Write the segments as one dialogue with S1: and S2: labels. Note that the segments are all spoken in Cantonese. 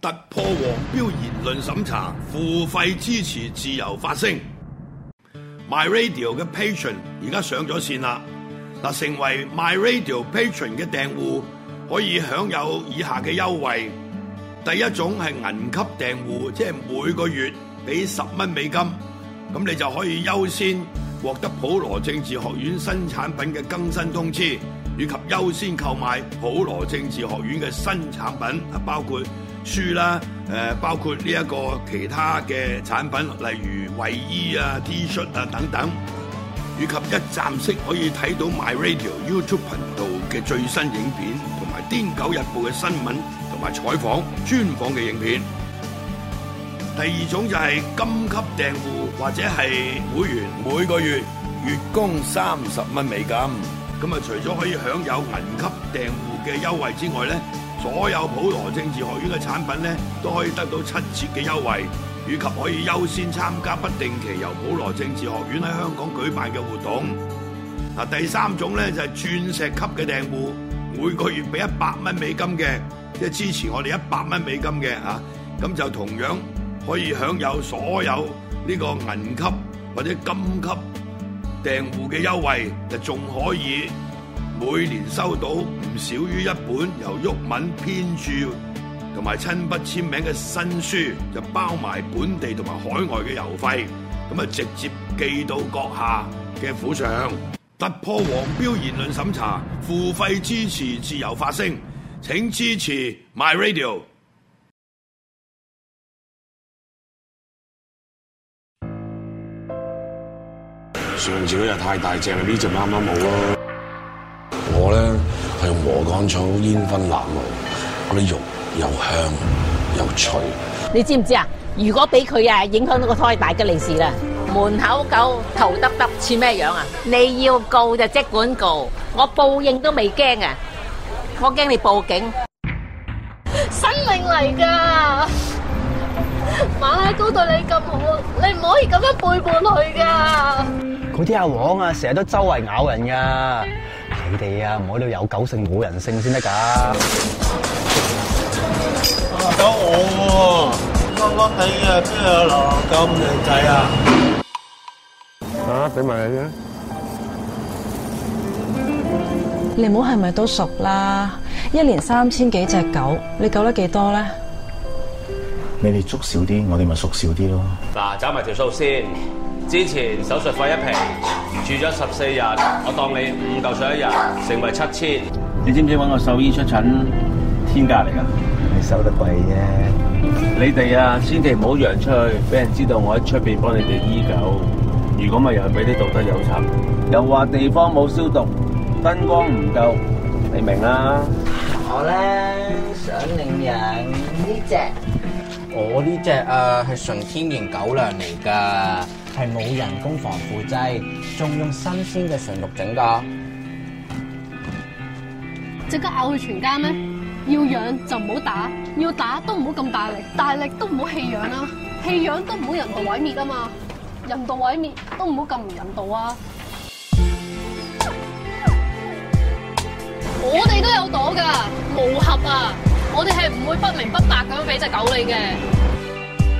S1: 突破黃標言論審查，付費支持自由發聲。My Radio 嘅 Patron 而家上咗線啦！嗱，成為 My Radio Patron 嘅訂戶可以享有以下嘅優惠。第一種係銀級訂戶，即係每個月俾十蚊美金，咁你就可以優先獲得普羅政治學院新產品嘅更新通知，以及優先購買普羅政治學院嘅新產品，啊包括書啦，誒、包括呢一個其他嘅產品，例如衞衣啊、T 恤啊等等，以及一站式可以睇到 My Radio YouTube 頻道嘅最新影片，同埋《癲狗日報》嘅新聞同埋採訪專訪嘅影片。第二種就係金級訂户或者係會員，每個月月供三十蚊美金。咁啊，除咗可以享有銀級訂户嘅優惠之外咧，所有普羅政治學院嘅產品咧都可以得到七折嘅優惠，以及可以優先參加不定期由普羅政治學院喺香港舉辦嘅活動。嗱，啊第三種咧就係鑽石級嘅訂戶，每個月俾一百蚊美金嘅，即係支持我哋一百蚊美金嘅嚇，咁就同樣可以享有所有呢個銀級或者金級訂戶嘅優惠，就仲可以每年收到唔少於一本由毓民編著同埋親筆簽名嘅新書，就包埋本地同埋海外嘅郵費，咁啊直接寄到閣下嘅府上。突破黃標言論審查，付費支持自由發聲，請支持 My Radio。
S2: 上次嗰隻太大隻啦，呢只啱啱好咯。我咧係用禾稈草煙燻臘肉，嗰啲肉又香又脆。
S3: 你知唔知啊？如果俾佢啊影響到個胎，大吉利是啦！門口狗頭耷耷似咩樣啊？你要告就即管告，我報應都未驚啊！我驚你報警。
S4: 生命嚟噶。馬拉糕對你咁好，你唔可以咁樣背叛佢噶。
S5: 嗰啲阿黃啊，成日都周圍咬人噶。你哋啊，唔好喺度有狗性冇人性先得噶。
S6: 到我喎，笠笠地啊，邊有流浪狗咁靚仔啊？
S7: 啊，俾埋你啦。
S8: 你唔好係咪都熟啦？一年三千幾隻狗，你救得幾多咧？
S9: 你哋捉少啲，我哋咪縮少啲咯。
S10: 嗱，找埋條數先。之前手術費一平，住咗十四日，我當你五嚿水一日，成為七千。
S11: 你知唔知揾個獸醫出診天價嚟㗎？
S5: 你收得貴啫。
S11: 你哋啊，千祈唔好揚出去，俾人知道我喺出邊幫你哋醫狗。如果咪又係俾啲道德有賊，又話地方冇消毒，燈光唔夠，你明啦。
S5: 我咧想領養呢只，
S12: 我呢只啊係純天然狗糧嚟㗎，係冇人工防腐劑，仲用新鮮嘅純肉整㗎。
S4: 即刻咬佢全家咩？要養就唔好打，要打都唔好咁大力，大力都唔好棄養啦，棄養都唔好人道毀滅啊嘛，人道毀滅都唔好咁唔人道啊！我哋都有朵噶，無合啊！我哋係唔會不明不白咁樣俾只狗你嘅。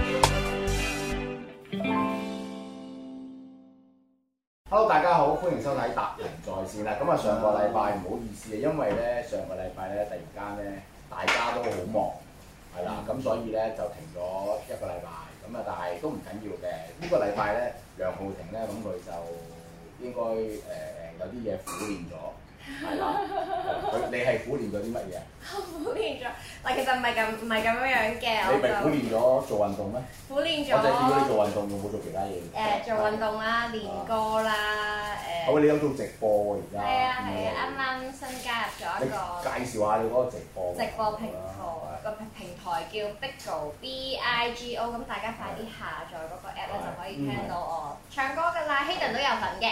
S13: Hello，大家好，歡迎收睇達仁在線啦。咁啊，上個禮拜唔好意思啊，因為咧上個禮拜咧突然間咧大家都好忙，係啦，咁所以咧就停咗一個禮拜。咁啊，但係都唔緊要嘅。呢、個禮拜咧，梁浩庭咧，咁佢就應該誒、呃有啲嘢苦 練咗，係啦。佢你係苦練咗啲乜嘢啊？
S14: 苦練咗，嗱，其實唔係咁唔係咁樣樣嘅，
S13: 你咪苦
S14: 我
S13: 練咗做運動咩？
S14: 就苦練
S13: 我就見到你
S14: 咗
S13: 做運動，有冇做其他嘢？
S14: 誒做運動啦，練歌啦，誒
S13: 好，你有做直播喎而家。
S14: 係啊係啊，啱啱新加入咗一個
S13: 你介紹下你嗰個直播。
S14: 直播平台，個平台叫 Bigo B I G O，咁大家快啲下載嗰個 app 咧就可以聽到我唱歌㗎
S13: 嗯
S14: 啦，Hayden 都有份嘅。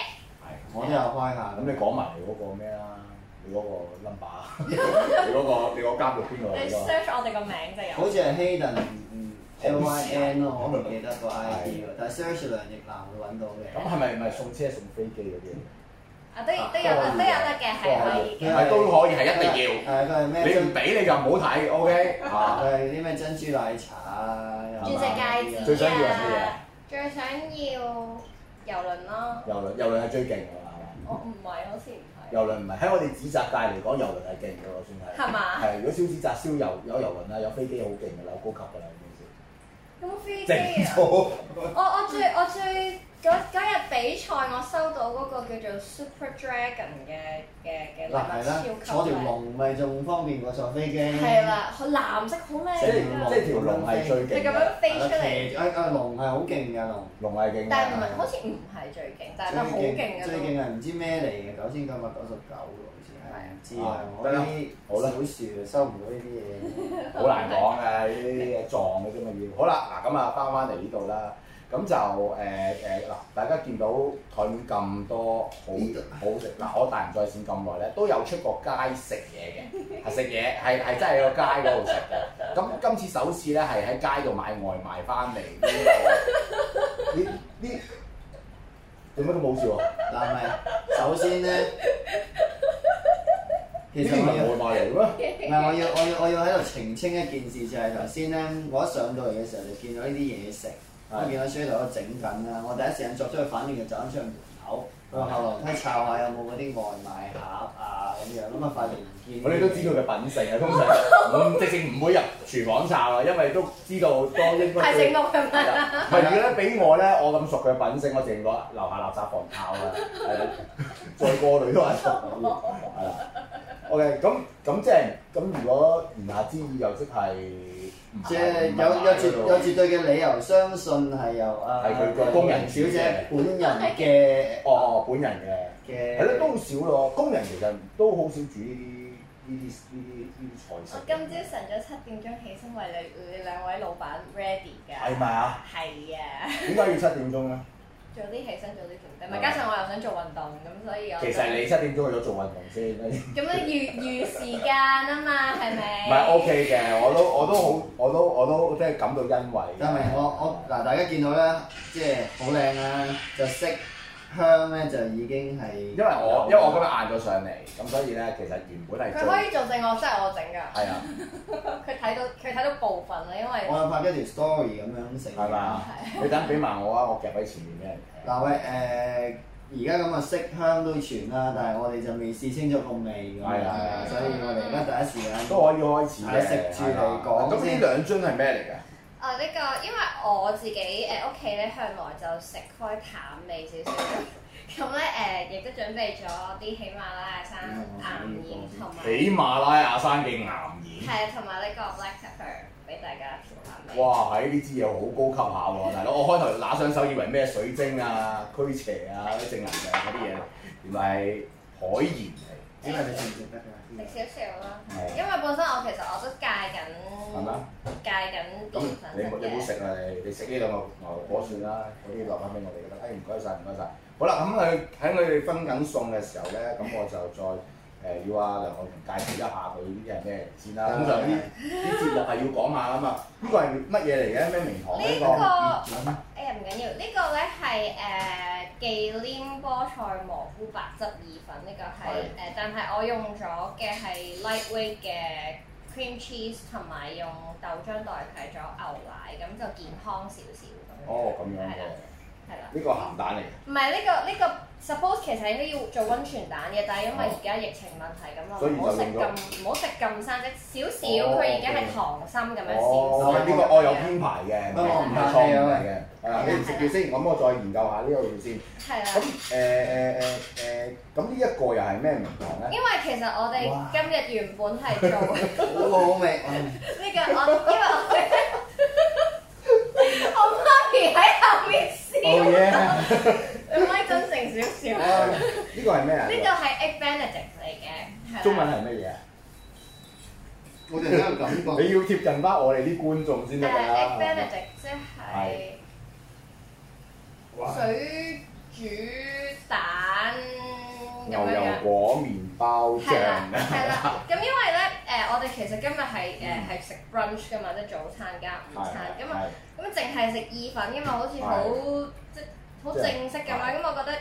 S13: 我都有開下，咁你講埋你嗰個咩啦？你嗰個 number，你嗰個你嗰監獄邊個
S14: 你
S13: 嚟
S14: search 我哋個名就有。
S15: 好似係 Hayden 嗯 L Y N 咯，我唔記得個
S13: 係
S15: ID 喎，但係 search 梁亦男會揾到嘅。
S13: 咁係咪咪送車送飛機嗰啲嚟？啊
S14: 啊，都都有得都有得嘅，係可以嘅。
S13: 係都可以係一定要。
S15: 係佢係咩？
S13: 你唔俾你就唔好睇，OK？啊
S15: 佢係啲咩珍珠奶茶啊？
S14: 鑽石戒指啊
S13: 最想要係乜嘢？
S14: 最想要遊輪咯，
S13: 遊輪遊輪係最勁㗎嘛，
S14: 我哦唔係好似唔
S13: 係嘛？遊輪唔係喺我哋紙紮界嚟講，遊輪係勁㗎喎，算係。
S14: 係嘛
S13: 係，如果燒紙紮、燒遊有遊輪啊，有飛機好勁㗎啦，好高級㗎啦，
S14: 有冇飛
S13: 已經
S14: 機
S13: 整
S14: 啊？
S13: 咗。
S14: 我我最我最嗰嗰日比賽，我收到嗰個叫做 Super Dragon 嘅嘅嘅禮
S15: 嗱係啦，
S14: 物，超
S15: 坐
S14: 級
S15: 條
S14: 靚。
S15: 龍咪仲方便過坐飛機。
S14: 係啦，佢藍色好靚
S15: 成
S14: 㗎
S15: 條龍，，
S14: 你咁樣飛出嚟，
S15: 啊啊龍係好勁㗎龍，
S13: 龍係勁
S14: 但係唔係好似唔係最勁，但係都好勁㗎
S15: 最
S14: 都。
S15: 勁係唔知咩嚟嘅，九千九百九十九喎，好似係唔知啊，我
S13: 得啦好啦
S15: 呢啲小樹收唔到呢啲嘢，
S13: 好難講嘅，呢啲嘢撞嘅啫嘛要。好啦，嗱咁啊，翻翻嚟呢度啦。咁就誒誒嗱，大家見到台面咁多好好食嗱，我大唔在線咁耐咧，都有出過街食嘢嘅， 係食嘢係係真係有街嗰度食 嘅。咁今次首次咧係喺街度買外賣翻嚟呢個， 呢呢做乜都冇笑啊？
S15: 嗱咪首先咧，其實
S13: 呢啲唔
S15: 我
S13: 係外賣嚟嘅
S15: 要唔係我要我要我要喺度澄清一件事，就係頭先咧，我一上到嚟嘅時候就見到呢啲嘢食，我
S13: 係
S15: 見到 s h a d 喺度整緊啦，我第一時間作出嘅反應就走咗出去門口，
S13: 哦
S15: 我後樓梯啊抄下有冇嗰啲外賣盒啊咁樣，咁啊發現唔見。
S13: 我哋都知道佢品性啊，通 常唔直情唔會入廚房炒啊，因為都知道當應該
S14: 太醒目係咪
S13: 係啊係如果咧俾我咧，我咁熟佢嘅品性，我淨攞樓下垃圾房炒啦，係啦，再過濾都係熟嘅，係啦。OK，咁咁即係咁，如果言下之意又即係唔
S15: 即係有有絕有絕對嘅理由相信係由啊
S13: 係佢個工人
S15: 小姐本人
S13: 嘅哦，本人嘅
S15: 嘅
S13: 係咯，都好少咯。工人其實都好少煮呢啲呢啲呢啲呢啲菜
S14: 我
S13: 式。
S14: 今朝晨早七點鐘起身為你你兩位老闆 ready 㗎。
S13: 係咪啊？
S14: 係啊。
S13: 點解要七點鐘咧？啊哦
S14: 早啲起身，早啲瞓，唔係加上我又想做運動，咁所以我
S13: 其
S14: 就
S13: 實你七點鐘去咗做運動先，唔
S14: 咁樣預預時間啊嘛，係咪？
S13: 係 OK 嘅，我都我都好，我都我都即係感到欣慰。
S15: 因為我我嗱，大家見到咧，即係好靚啦，就色香咧就已經係
S13: 因
S15: 因為
S13: 為我因為我今日晏咗上嚟，咁所以咧其實原本係
S14: 佢
S13: 做
S14: 可以做證我，真係我整㗎。
S13: 係啊，
S14: 佢睇到佢睇到部分啦，因為
S15: 我有拍一條 story 咁樣成
S13: 係嘛？你等俾埋我啊，我夾喺前面俾人睇。
S15: 嗱喂誒，而家咁嘅色香都傳啦，但係我哋就未試清楚個味咁樣，
S13: 係啊
S15: 所以我哋而家第一時間
S13: 都可以開始
S15: 係食住嚟講
S13: 咁呢
S15: 先
S13: 兩樽係咩
S14: 啊呢個，因為我自己誒屋企咧向來就食開淡味少少，咁咧誒亦都準備咗啲喜馬拉雅山
S13: 嗯
S14: 岩鹽同
S13: 嚟
S14: 埋
S13: 㗎？喜馬拉雅山嘅岩鹽。
S14: 係啊同埋呢個 black pepper 俾大家調下味。
S13: 哇！喺呢支嘢好高級下喎，大佬，我開頭拿上手以為咩水晶啊、驅邪啊、正能量嗰啲嘢，原來係海鹽嚟。
S15: 因為你食唔食得㗎？
S14: 食少少啦，
S13: 係
S14: 因為本身我其實我都戒緊，
S13: 係咪啊
S14: 戒緊
S13: 咁
S14: 啲唔想
S13: 你冇你冇食
S14: 食嘅。
S13: 啊！你你食呢兩個牛果算啦，嗰啲留翻俾我哋啦。哎，唔該晒，唔該晒。好啦，咁佢喺佢哋分緊餸嘅時候咧，咁我就再誒、要阿梁浩庭介紹一下佢呢啲係咩嚟先啦。通常呢啲節目係要講下噶嘛。呢個係乜嘢嚟嘅？咩名堂
S14: 呢
S13: 呢
S14: 個
S13: 個？
S14: 哎呀，唔緊要，呢個咧係誒忌廉菠菜蘑菇白汁意粉，呢個係誒，但係我用咗嘅係 lightweight 嘅 cream cheese，同埋用豆漿代替咗牛奶，咁就健康少少咁樣。
S13: 哦，咁樣
S14: 係啦，
S13: 嘅，
S14: 係啦。
S13: 呢個鹹蛋嚟嘅。
S14: 唔係呢個呢、個 suppose 其實應該要做温泉蛋嘅，但係因為而家疫情問題咁啊，
S13: 哦所以
S14: 唔好
S13: 就
S14: 食
S13: 用咗
S14: 咁唔好食咁生即少少，
S13: 哦
S14: 佢而家係糖心咁樣
S13: 哦，
S14: 少少。
S13: 呢個我有編排嘅，
S15: 不過我唔
S13: 唔
S15: 怕
S13: 係錯
S15: 你啊
S13: 誤嚟嘅。係啦，你食住先，咁我再研究下呢個嘢先。
S14: 係啊
S13: 咁
S14: 啦。
S13: 誒誒誒誒，咁呢一個又係咩名堂咧？
S14: 因為其實我哋
S13: 哇
S14: 今日原本係做 呢
S15: 好好味，
S14: 個，我因為我哋我媽咪喺後面笑，
S13: 哦耶！
S14: 你咪真誠少 少。呢
S13: 呢個係咩啊？
S14: 個係 egg benedict 嚟嘅，係啦
S13: 中文係
S15: à?
S13: 乜嘢啊？
S15: 我哋喺度感覺
S13: 你要貼近翻我哋啲觀眾先
S14: 誒
S13: 得㗎
S15: à.
S14: egg
S13: 啦。
S14: benedict 即係
S13: 啊係。哇
S14: 水煮蛋咁
S13: 牛
S14: 樣
S13: 油
S14: 樣。
S13: 果麵包醬
S14: 係
S15: 啊
S14: 啦，係啦。咁因為咧，誒、我哋其實今日係誒係食 brunch 噶嘛，即係早餐加午餐。咁啊，咁淨係食意粉噶嘛，好似好即係好正式咁樣。咁我覺得。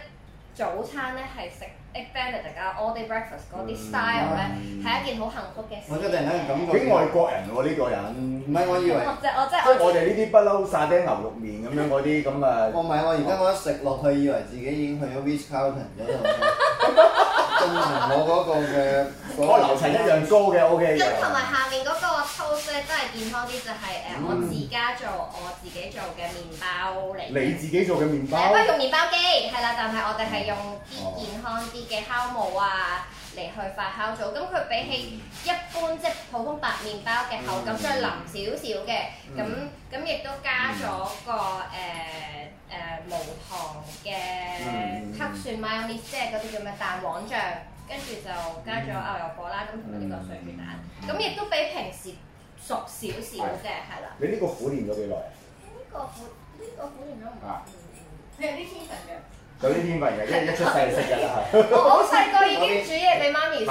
S14: 早餐咧係食 egg benedict 啊 all day breakfast 嗰啲 style 咧，係一件好幸福嘅事。
S15: 我真係突然間感覺
S13: 幾外國人喎呢個人，
S15: 唔係我以為
S14: 我即係我
S13: 即
S14: 即係
S13: 係我哋呢啲不嬲沙爹牛肉麵咁樣嗰啲咁啊，
S15: 我唔係，我而家我一食落去，以為自己已經去咗 Ritz Carlton 嗰度， 進行我嗰個嘅嗰個
S13: 我樓層一樣高嘅 OK 嘅。
S14: 咁同埋下面嗰個 toast 咧都係健康啲，就係誒我自家做我自己做嘅麵包嚟。
S13: 你自己做嘅
S15: 嗯
S13: 麵
S14: 誒
S13: 包
S14: 不，用麵包機，嗯係啦，但係我哋係用啲健康啲嘅酵母啊嚟去發酵咗。咁佢比起一般即係普通白麵包嘅口感，
S16: 嗯
S14: 再腍少少嘅，咁
S16: 嗯
S14: 咁亦都加咗個誒誒無糖嘅
S16: 嗯
S14: 黑蒜 mayonnaise，即係嗰啲叫咩蛋黃醬，跟住就加咗牛油果啦，咁同埋呢個水煮蛋，咁亦都比平時熟少少嘅，係啦。
S13: 你呢個苦練咗幾耐啊？
S14: 呢個苦呢個苦完咗唔
S13: 啊
S14: 係有啲天分嘅。
S13: 有啲天分嘅，因 為一出世就識㗎啦。
S14: 我好細個已經煮嘢俾媽咪食。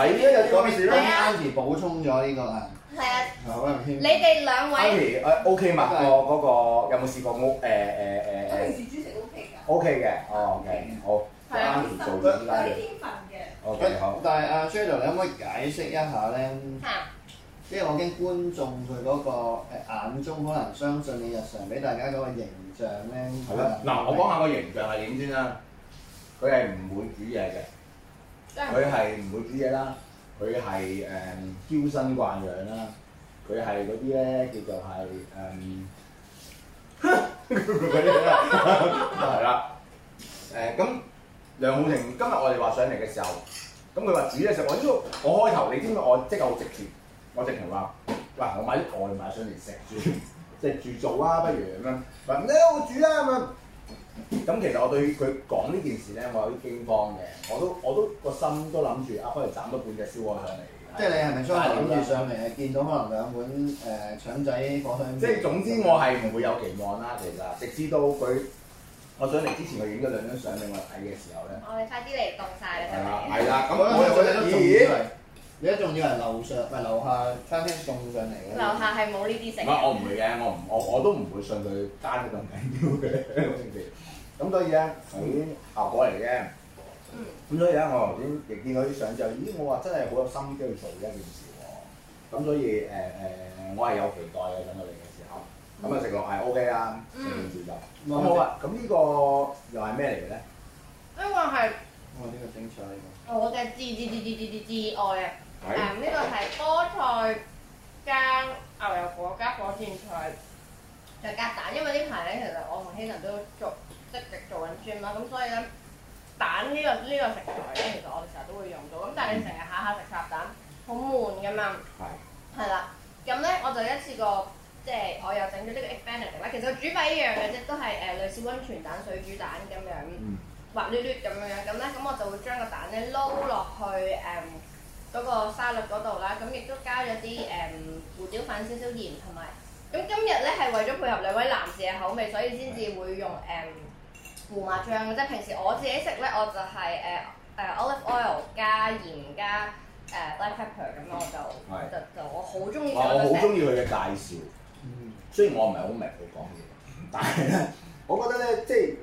S15: 嗰邊
S14: 係啊，
S15: Andy 補充咗呢個啦，
S14: 係啊，
S15: 好啊，
S14: 你哋兩位
S13: Annie 誒 OK 嘛？個嗰個有冇試過屋誒誒誒誒
S14: 時煮食 O K 㗎。
S13: OK 嘅？哦 OK 好
S15: 係啊
S13: ，Annie 做依家嘢。
S14: 分嘅。
S13: OK 好。
S15: 但係阿 j a d o 你可唔可以解釋一下咧？即係我驚觀眾佢嗰個誒眼中可能相信你日常俾大家嗰個形象咧，
S13: 係啦，嗱，我講下個形象係點先啦。佢係唔會煮嘢嘅，佢係唔會煮嘢啦，佢係誒嗯嬌生慣養啦，佢係嗰啲咧叫做係誒 嗰啲啦， 係啦。誒咁梁浩婷今日我哋話上嚟嘅時候，咁佢話煮嘢食，我呢個我開頭你知唔知我即係好直接，我直情話喂我買啲我哋買上嚟食住，即係住做啊，不如咁樣，話唔得我煮啦咁樣。咁其實我對佢講呢件事咧，我有啲驚慌嘅，我都我都個心都諗住啊，不如斬咗半隻燒鵝上嚟。
S15: 即係你係咪初頭諗住上嚟係見到可能兩碗誒腸仔火香？
S13: 即係總之我係唔會有期望啦，其實直至到佢我上嚟之前，佢影咗兩張相俾我睇嘅時候咧，
S14: 我哋快啲嚟凍晒啦，
S13: 係啦
S14: 真係
S13: 係啦，咁
S15: 我
S13: 我又覺
S15: 都仲以為
S13: 得咦？
S15: 你都仲以為樓上唔係樓下餐廳送上嚟嘅。
S14: 樓下係冇呢啲食
S13: 唔係我唔
S14: 嘅。
S13: 會嘅，我唔我我都唔會信佢加得咁緊要嘅咁所以咧，佢效果嚟嘅。
S14: 嗯
S13: 咁所以咧，我頭先亦見到啲相之後，咦！我話真係好有心機去做呢一件事喎。咁所以誒誒、我係有期待嘅，等佢嚟嘅時候。咁啊食落係 OK 啦，成件事就咁好啊。咁呢個又係咩嚟嘅咧？
S14: 呢個係
S15: 我呢個精彩呢
S14: 我嘅至至至至至至至愛啊！
S13: 係
S14: 誒呢個係菠菜加牛油果加火箭菜，再加蛋。因為呢排咧，其實我同希頓都做積極做緊 gym 啦，咁所以咧蛋呢、個呢、個食材咧，其實我哋成日都會用到。咁但係你成日下下食插蛋，好悶噶嘛。係啦，咁咧我就一次過，即係我又整咗呢個 egg benedict 啦。其實個煮法一樣嘅啫，都係誒、類似温泉蛋、水煮蛋咁樣，
S13: 嗯
S14: 滑捋捋咁樣樣。咁咧，咁我就會將個蛋咧撈落去誒嗰、個沙律嗰度啦。咁亦都加咗啲誒胡椒粉、少少鹽同埋。咁今日咧係為咗配合兩位男士嘅口味，所以先至會用誒、胡麻醬嘅啫。平時我自己食咧，我就係誒誒 olive oil 加鹽加誒 black pepper 咁我就
S13: 係
S14: 就就我好中意食
S13: 哇！
S14: 我
S13: 我好中意
S14: 食
S13: 佢嘅介紹，雖然我唔係好明佢講嘢，但係咧，我覺得咧，即係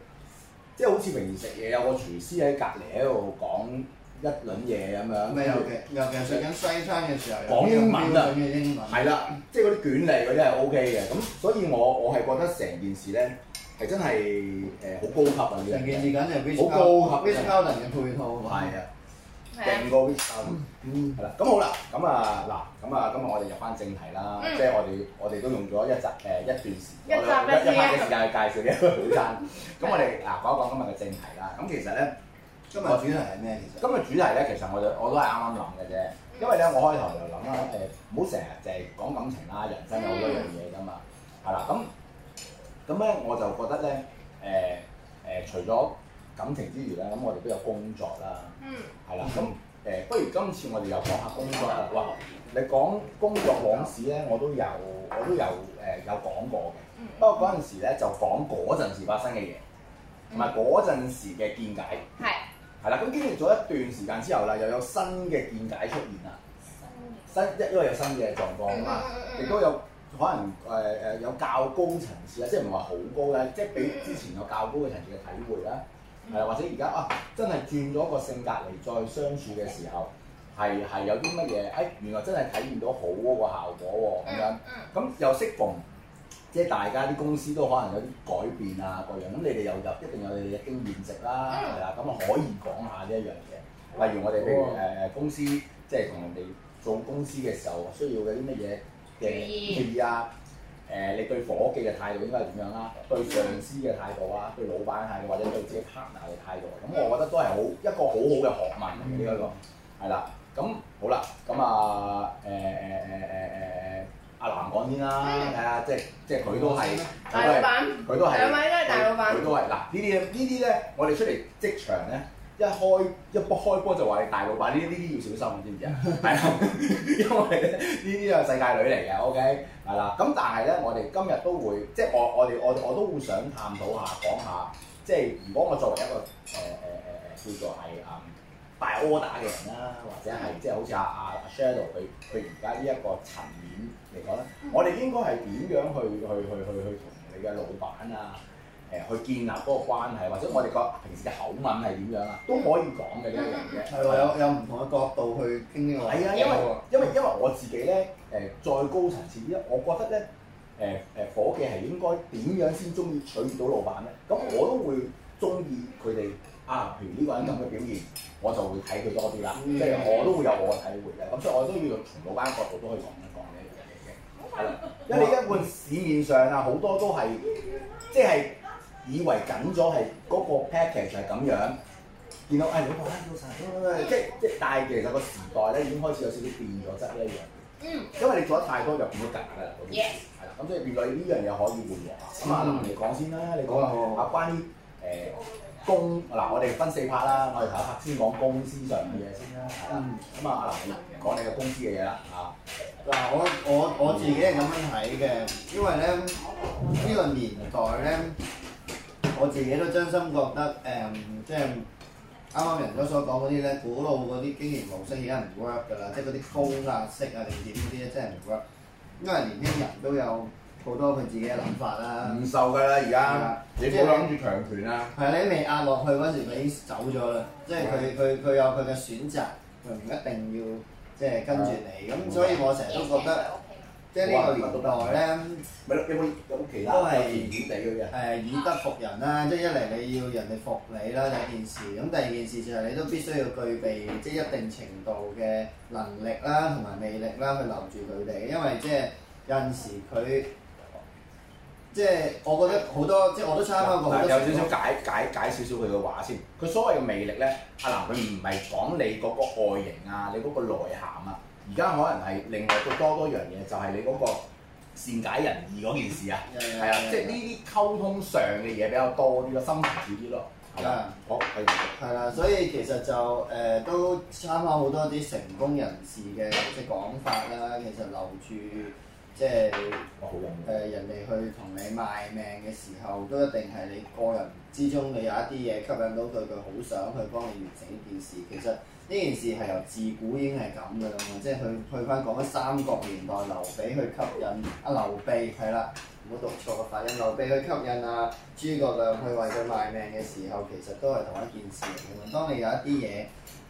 S13: 即係好似平時食嘢有個廚師喺隔離喺度講一輪嘢咁樣，
S15: 咪尤其尤其係食緊西餐嘅時候，
S13: 講英文啊
S15: 有呢個標準嘅英文
S13: 係啦，即係嗰啲卷嚟嗰啲係 O K 嘅，咁所以我我係覺得成件事咧係真係誒好高級啊！呢樣嘢
S15: 成件事簡直係 Ritz
S13: 好高級啊
S15: Carlton- Ritz Carlton 嘅配套
S13: 係啊，
S14: 係啊
S13: 勁過 w i s c o n 係啦，咁好啦，咁啊嗱，咁啊今日我哋入翻正題啦，
S14: 嗯
S13: 即係我哋我哋都用咗一集呃誒一段時
S14: 一集
S13: 我哋
S14: 一
S13: 一
S14: 集
S13: 晚嘅時間去介紹呢一個早餐。咁我哋嗱講一講今日嘅正題啦。咁其實咧，
S15: 今日主題係咩？其實
S13: 今日主題咧，其實我就我都係啱啱諗嘅啫，因為咧我開頭就諗啦，誒唔好成日就係講感情啦，人生有好多樣嘢㗎嘛，係啦，咁咁咧我就覺得咧，誒、誒、除咗感情之餘咧，咁我哋都有工作啦。
S14: 嗯。
S13: 係啦，咁誒、不如今次我哋又講下工作啦。哇，你講工作往事咧，我都有，我都有誒、有講過嘅。不過嗰陣時咧就講嗰陣時發生嘅嘢，同埋嗰陣時嘅見解。
S14: 係
S13: 係啦，咁經歷咗一段時間之後啦，又有新嘅見解出現啦。新一因為有新嘅狀況啊嘛，亦都有可能呃誒誒、啊嗯有較高層次啦，即係唔係話好高啦，即係比之前有較高嘅層次嘅體會啦。係啦，或者而家啊，真係轉咗個性格嚟再相處嘅時候，係係有啲乜嘢？誒、哎原來真係體現到好嗰個效果喎，咁樣，咁又適逢即係大家啲公司都可能有啲改變啊，各樣，咁你哋又有一定有你哋嘅經驗值啦，係啦、咁啊可以講下呢一樣嘢。例如我哋譬如誒、公司即係同人哋做公司嘅時候，需要有啲乜嘢嘅注意啊？誒、你對伙計嘅態度應該係點樣啦？對上司嘅態度啊，對老闆嘅態度，或者對自己 partner 嘅態度，啊咁我覺得都係好一個好好嘅學問嚟嘅呢一個，係啦。咁好啦，咁啊誒誒誒誒誒阿南講先啦，係啊，即係即係佢都係
S16: 大老闆
S13: 佢都係
S16: 兩位都係大老闆
S13: 佢都係嗱呢啲呢啲咧，我哋出嚟職場咧。一開一開波就話你大老闆，呢啲呢啲要小心，你知唔知啊？係啦，因為咧呢啲係世界女嚟嘅，OK，係啦。咁但係咧，我哋今日都會，即係我我哋我我都會想探討下，講下，即係如果我作為一個誒誒誒誒叫做係嗯大 order 嘅人啦，或者
S15: 嗯
S13: 係即係好似阿阿阿 Shadow 佢佢而家呢一個層面嚟講咧，
S15: 嗯
S13: 我哋應該係點樣去去去去去同你嘅老闆啊？誒、去建立嗰個關係，或者我哋個平時嘅口吻係點樣啊，都可以講嘅呢一樣嘢。
S15: 嗯係喎，有有唔同嘅角度去傾呢個
S13: 係
S15: 話題
S13: 啊，
S15: 喎。
S13: 因為因為因為我自己咧，誒、再高層次啲，我覺得咧，誒、誒伙計係應該點樣先中意取悅到老闆咧？咁我都會中意佢哋啊，譬如呢個人咁嘅表現，我就會睇佢多啲啦。
S15: 嗯
S13: 即係我都會有我嘅體會嘅，咁所以我都要從老闆角度都去講一講呢樣嘢嘅。係啦，因為你而家換市面上啊，好多都係即係以為緊咗係嗰個 package 係咁樣。見到誒老闆早晨，即係即係，但係其實個時代咧已經開始有少少變咗質呢一樣嘢，
S14: 嗯
S13: 因為你做得太多就變咗假㗎啦，嗰件
S14: Yes
S13: 事係啦，咁所以變咗呢樣嘢可以緩和啊。咁啊，
S15: 嗯
S13: 嗱，你講先啦，你講
S15: 好啊好
S13: 下啊，關於誒公嗱，我哋分四 part 啦，我哋頭一 part 先講公司上嘅嘢先啦，係啦，咁啊，嗱，你講你嘅公司嘅嘢啦，啊，
S15: 嗱，我我我自己係咁樣睇嘅，因為咧呢、個年代咧，我自己都真心覺得誒、即係啱啱人哥所講嗰啲咧，古老嗰啲經營模式而家唔 work 㗎啦，即係嗰啲高壓式啊定點嗰啲咧真係唔 work，因為年輕人都有好多佢自己嘅諗法啦，
S13: 唔受㗎啦而
S15: 係
S13: 家
S15: 啊，
S13: 你
S15: 即係
S13: 冇諗住強權啊，
S15: 係你未壓落去嗰陣時，佢已經走咗啦。即係佢
S13: 嗯
S15: 佢佢有佢嘅選擇，佢唔一定要即係跟住
S13: 啊
S15: 你。咁所以我成日都覺得，即係呢個年代咧，有冇有其
S13: 他
S15: 都係
S13: 有其他嘅
S15: 誒以德服人啦。即係一嚟你要人哋服你啦，第一件事。咁第二件事就係你都必須要具備即係一定程度嘅能力啦，同埋魅力啦，去留住佢哋。因為即係有陣時佢。即係我覺得好多，即係我都參加過好多
S13: 嗱有
S15: 成
S13: 少
S15: 功
S13: 少解解解少少佢嘅話先。佢所謂嘅魅力咧，阿南佢唔係講你嗰個外形啊，你嗰個內涵啊。而家可能係另外都多多樣嘢，就係、你嗰個善解人意嗰件事啊，
S15: 係啊
S13: 係啊
S15: 係啊，
S13: 即係呢啲溝通上嘅嘢比較多啲咯，深層次啲咯，係啦
S15: 啊，
S13: 好，繼續
S15: 係啦，所以其實就誒、呃都參考好多啲成功人士嘅即係講法啦。其實留住即係誒、呃人哋去同你賣命嘅時候，都一定係你個人之中你有一啲嘢吸引到佢，佢好想去幫你完成呢件事。其實呢件事係由自古已經係咁噶啦嘛，即係去去翻講緊三國年代劉備去吸引阿劉備係啦。唔好讀錯個啊發音，劉備去吸引啊諸葛亮去為佢賣命嘅時候，其實都係同一件事嚟嘅。當你有一啲嘢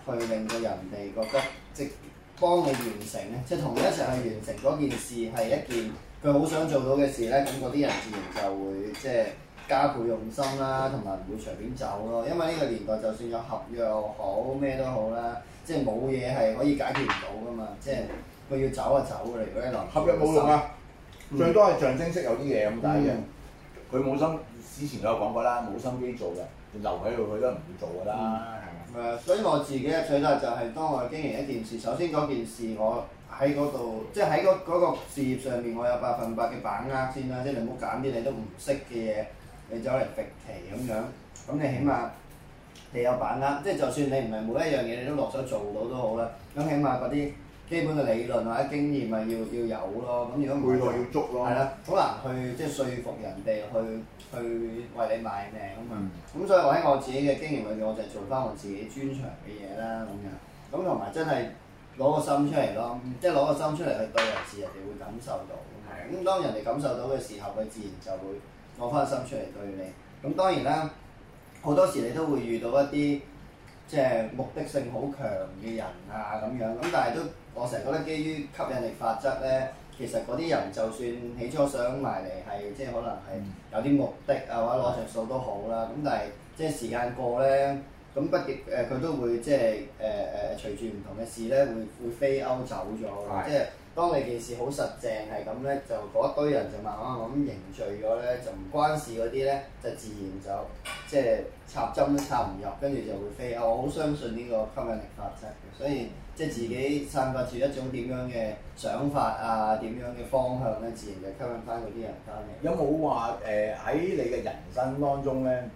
S15: 去令到人哋覺得即幫你完成咧，即係同你一齊去完成嗰件事係一件佢好想做到嘅事咧，咁嗰啲人自然就會即係加倍用心啦，同埋唔會隨便走咯。因為呢個年代就算有合約又好咩都好啦，即係冇嘢係可以解決唔到噶嘛，即係佢要走就走㗎啦。如果你留住
S13: 合約冇用啊
S15: 心。嗯
S13: 最多係象徵式有啲嘢咁解嘅
S15: 嗯。
S13: 佢冇心，之前都有講過啦，冇心機做嘅，你留喺度佢都唔會做㗎啦，
S15: 係咪？嗯所以我自己嘅取態就係當我經營一件事，首先嗰件事我喺嗰度，即係喺嗰嗰個事業上面，我有百分百嘅把握先啦。即係你唔好揀啲你都唔識嘅嘢，你走嚟揈旗咁樣，咁你起
S13: 嗯
S15: 碼你有把握。即係就算你唔係每一樣嘢你都落手做到都好啦，咁起碼嗰啲基本嘅理論或者經驗咪要要有咯。咁如果唔係
S13: 配套
S15: 就
S13: 要足咯
S15: 係啦，好難去即係說服人哋去去為你賣命咁
S13: 嗯
S15: 嘛。咁、所以我喺我自己嘅經驗裏面，我就係做翻我自己專長嘅嘢啦，咁樣。咁同埋真係攞個心出嚟咯，即係攞個心出嚟去對人事，人哋會感受到㗎嘛。咁當人哋感受到嘅時候，佢自然就會攞翻心出嚟對你。咁當然啦，好多時你都會遇到一啲即係目的性好強嘅人啊咁樣，咁但係都我成日覺得基於吸引力法則咧，其實嗰啲人就算起初想埋嚟係即係可能係有啲目的啊或者攞着數都好啦，咁但係即係時間過咧，咁畢竟誒佢都會即係誒誒隨住唔同嘅事咧會會飛歐走咗，
S13: 係
S15: 即係。當你件事好實正係咁咧，就嗰一堆人就慢慢咁凝聚咗咧，就唔關事嗰啲咧，就自然就即係插針都插唔入，跟住就會飛啊！我好相信呢個吸引力法則嘅，所以即係自己散發住一種點樣嘅想法啊，點樣嘅方向咧，自然就吸引翻嗰啲人翻嚟。
S13: 有冇話誒喺你嘅人生當中咧？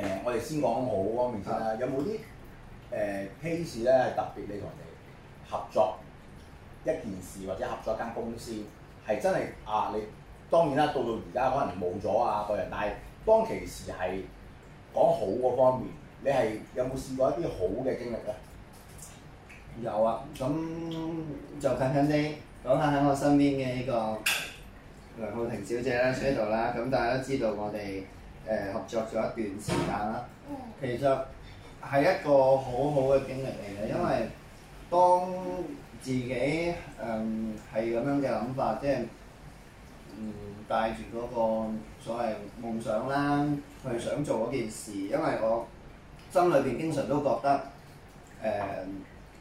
S13: 誒、我哋先講好方面先啦。有冇啲誒 case 咧係特別你同人哋合作一件事，或者合作一間公司，係真係啊？你當然啦，到到而家可能冇咗啊個人，但係當其時係講好嗰方面，你係有冇試過一啲好嘅經歷咧？
S15: 有啊，咁就近近地講下喺我身邊嘅呢個梁浩婷小姐啦，喺度啦，咁大家都知道我哋誒、呃合作咗一段時間啦。其實係一個好好嘅經歷嚟嘅，因為當自己誒係咁樣嘅諗法，即係嗯帶住嗰個所謂夢想啦，去想做嗰件事，因為我心裏邊經常都覺得誒、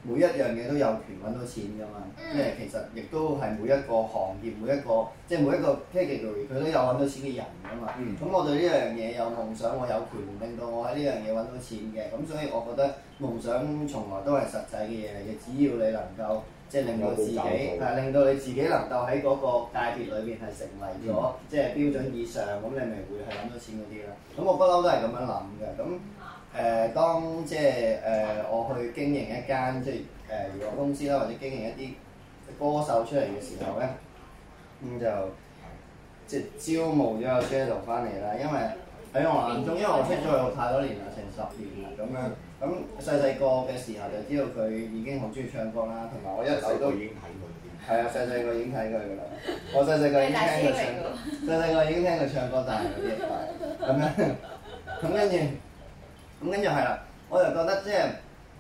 S15: 每一樣嘢都有權揾到錢㗎嘛，即係其實亦都係每一個行業、每一個即係每一個 category 佢都有揾到錢嘅人㗎嘛。
S13: 嗯
S15: 咁、我對呢樣嘢有夢想，我有權令到我喺呢樣嘢揾到錢嘅，咁所以我覺得夢想從來都係實際嘅嘢嚟嘅，只要你能夠即係令到自己，
S13: 有步驟到
S15: 係令到你自己能夠喺嗰個界別裏邊係成為咗、
S13: 嗯
S15: 即係標準以上，咁你咪會係揾到錢嗰啲啦。咁我不嬲都係咁樣諗嘅，咁。誒、當即係誒、我去經營一間即係誒娛樂公司啦，或者經營一啲歌手出嚟嘅時候咧，咁就即係招募咗個 Shadow 翻嚟啦。因為喺我眼中，因為我識咗佢太多年啦，成十年啦咁樣。咁啊細細個嘅時候就知道佢已經好中意唱歌啦，同埋我一直都
S13: 已經睇過啲。
S15: 係啊，細細個已經睇佢噶啦，我細細個已經聽佢唱歌，細細個已經聽佢唱歌大嗰啲，係咁樣，咁跟住，咁跟住係啦，我就覺得即係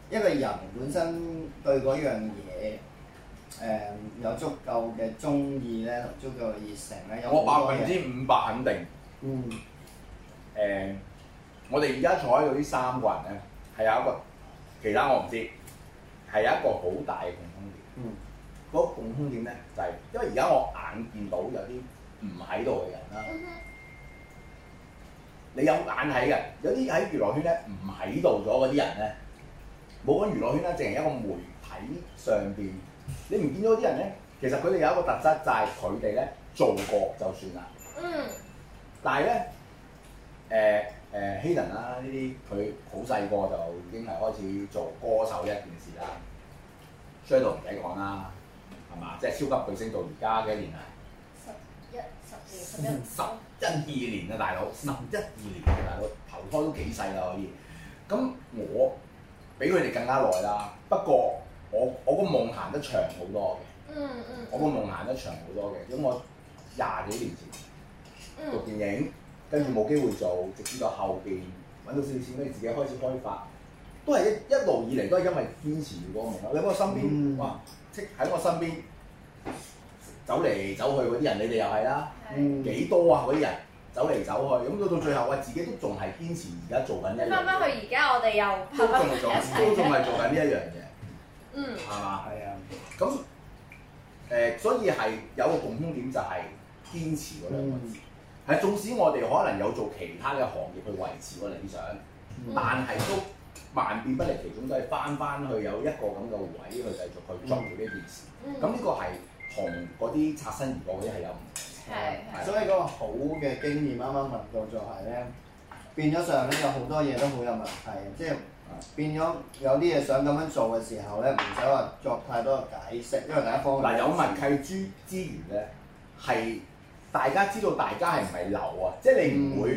S15: 一個人本身對嗰樣嘢。誒、有足夠嘅中意咧，同足夠嘅熱誠咧，有
S13: 我
S15: 好多
S13: 百分
S15: 嘢
S13: 之五百肯定。
S15: 嗯。
S13: 誒、我哋而家坐喺度呢三個人咧，係有一個，其他我唔知，係有一個好大嘅共通點。
S15: 嗯。
S13: 嗰個共通點咧，就係、因為而家我眼見到有啲唔喺度嘅人啦。你有眼睇嘅，有啲喺娛樂圈咧唔喺度咗嗰啲人咧，冇講娛樂圈啦，淨係一個媒體上邊，你唔見到啲人咧，其實佢哋有一個特質就係佢哋咧做過就算啦。
S14: 嗯，
S13: 但係咧，誒誒希能啦，呢啲佢好細個就已經係開始做歌手一件事啦。Shadow 唔使講啦，係嘛？即係超級巨星到而家幾多年啊？
S14: 十一十年十
S13: 十一二年啊，大佬，十一二年啊，大佬，投胎都幾細啦可以。咁我比佢哋更加耐啦，不過我我個夢行得長好多嘅，
S14: 一，嗯嗯，
S13: 我個夢行得長好多嘅，因為我廿幾年前。讀
S14: 嗯，
S13: 電影，跟住冇機會做，直至到後邊揾到少少錢，跟住自己開始開發，都係一一路以嚟都係因為堅持住嗰個夢想。你喺我身邊，哇，即喺我身邊走嚟走去嗰啲人，你哋又係啦，
S15: 嗯
S13: 幾多啊嗰啲人走嚟走去，咁到到最後，我自己都仲係堅持而家做緊呢一樣
S14: 翻
S13: 嘢，
S14: 返去而家我哋又
S13: 都仲
S14: 拍
S13: 係做，
S14: 一
S13: 都仲係
S14: 齊，
S13: 做緊呢一樣嘢。
S14: 嗯
S13: 係嘛？係啊。咁誒、所以係有個共通點就係堅持嗰兩個字。係、縱使我哋可能有做其他嘅行業去維持個理想，但係都萬變不離其宗，都係翻翻去有一個咁嘅位去繼續去做呢件事。
S15: 嗯
S13: 咁呢、個係同嗰啲擦身而過嗰啲係有唔
S15: 係所以嗰個好嘅經驗，啱啱問到就係咧，變咗上咧有好多嘢都好有問題嘅，即係變咗有啲嘢想咁樣做嘅時候咧，唔使話作太多嘅解釋，因為第一方面
S13: 嗱有默契之之餘咧，係大家知道大家係唔係流啊，即係你唔會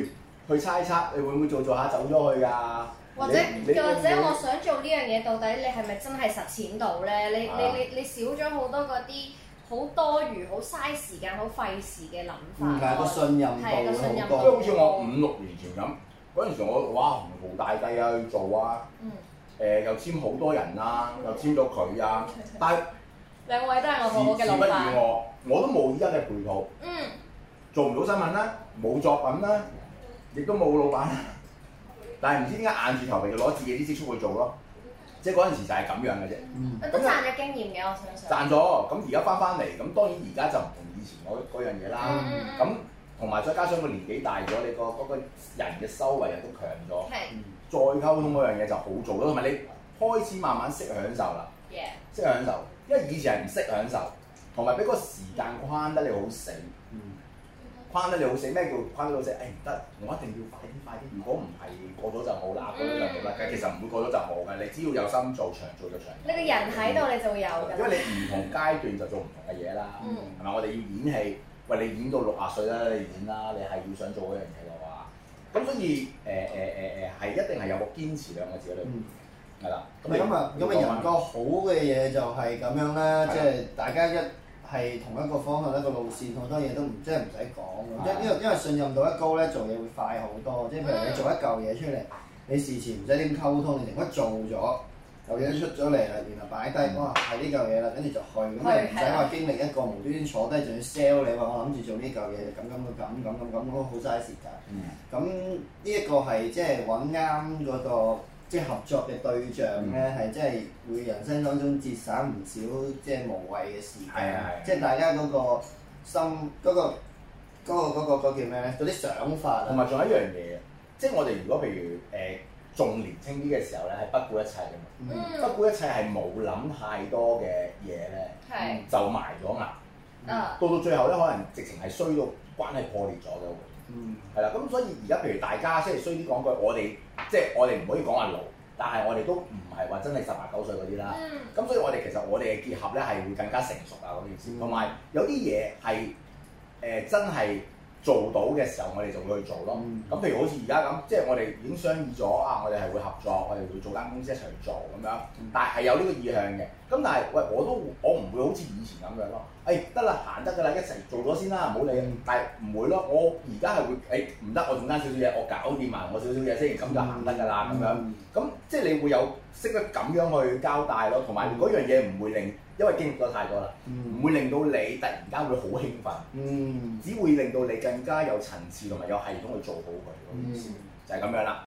S13: 去猜測你會唔會做做下走咗去㗎，
S14: 或者
S13: 你你
S14: 又或者
S13: 會唔會
S14: 我想做呢樣嘢，到底你係咪真係實踐到咧？你
S13: 啊
S14: 你你你少咗好多嗰啲好多餘、好嘥時間、好費事嘅諗
S13: 唔
S14: 嗯法咯。係個信任度
S13: 即係好似我五六年前咁，喂嗰陣時我哇紅袍大帝啊去做啊，
S14: 嗯，
S13: 誒、又簽好多人啊，又簽到佢啊，但係
S14: 兩位都係我
S13: 事
S14: 父母嘅
S13: 事
S14: 老
S13: 不如
S14: 闆。
S13: 我，我都冇依家嘅配套，
S14: 嗯，
S13: 做唔到新聞啦，冇作品啦，亦都冇老闆啦，但係唔知點解硬住頭皮就攞自己啲積蓄去做咯，即係嗰陣時就係咁樣嘅啫。
S14: 我都賺咗經驗嘅，我相信。
S13: 賺咗，咁而家翻翻嚟，咁當然而家就唔同以前嗰嗰樣嘢啦
S14: 嗯嗯。嗯
S13: 咁同埋再加上個年紀大咗，你個嗰個人嘅修為又都強咗，再溝通嗰樣嘢就好做咯。同埋你開始慢慢識享受啦，
S14: Yeah，
S13: 識享受，因為以前係唔識享受，同埋俾個時間框得你好死。框得你好死，咩叫框得你好死？誒唔得，我一定要快啲快啲。如果唔係過咗就冇
S14: 嗯
S13: 啦，過咗就冇啦。其實唔會過咗就冇嘅，你只要有心做，長做就長。
S14: 你個人喺度你就會有㗎啦。
S13: 因為你唔同階段就做唔同嘅嘢啦，
S14: 嗯
S13: 係咪、我哋要演戲，喂，你演到六啊歲啦，你演啦，你係要想做嗰樣嘢嘅話，咁所以誒誒誒誒係一定係有個堅持兩個字喺度，係啦、
S15: 咁咁啊，咁啊人個好嘅嘢就係咁樣
S13: 係
S15: 啦，
S13: 啊
S15: 即係大家一係同一個方向、一個路線，好多嘢都唔即係唔使講
S13: 係啊
S15: 嘅。因因為因為信任度一高咧，做嘢會快好多。即係譬如你做一嚿嘢出嚟，你事前唔使點溝通，你成日做咗。有嘢都出咗嚟啦，原來擺低，哇係呢嚿嘢啦，跟住嗯就去，啊咁你唔使話經歷一個無端端坐低仲要 sell 你話我諗住做呢嚿嘢，咁咁咁咁咁咁，好嘥時間。咁呢一個係即係揾啱嗰個即係合作嘅對象
S13: 嗯
S15: 咧，係即係會人生當中節省唔少即係無謂嘅時
S13: 係啊
S15: 間
S13: 係啊，
S15: 即係大家嗰個心嗰個嗰個嗰個嗰個叫咩咧？嗰啲想法啊
S13: 同埋仲有一樣嘢，即係我哋如果譬如誒仲、年輕啲嘅時候咧，係不顧一切嘅嘛，
S14: 嗯
S13: 不顧一切係冇諗太多嘅嘢咧，
S14: 係
S13: 就埋咗牙。
S14: 啊，
S13: 到到最後咧，可能直情係衰到關係破裂咗嘅會，
S15: 嗯，
S13: 係啦。咁所以而家譬如大家即係衰啲講句，我哋即係我哋唔可以講話老，但係我哋都唔係話真係十八九歲嗰啲啦。咁、所以我哋其實我哋嘅結合咧係會更加成熟啊嗰件事，同埋、有啲嘢係誒真係做到嘅時候，我哋就會去做咯。咁、譬如好似而家咁，即係我哋已經商議咗啊，我哋係會合作，我哋會做間公司一齊去做咁樣，但係有呢個意向嘅。咁但係喂，我都我唔會好似以前咁樣咯。誒得啦，行得㗎啦，一齊做咗先啦，唔好理。但係唔會咯，我而家係會誒哎唔得，我仲爭少少嘢，我搞掂埋我少少嘢先，咁就行得㗎啦咁樣。
S15: 嗯
S13: 咁即係你會有識得咁樣去交代咯，同埋嗰樣嘢唔會令，因為經歷咗太多啦，唔會令到你突然間會好興奮。
S15: 嗯。
S13: 只會令到你更加有層次同埋有系統去做好佢嗰件事，
S15: 嗯
S13: 就係咁樣啦。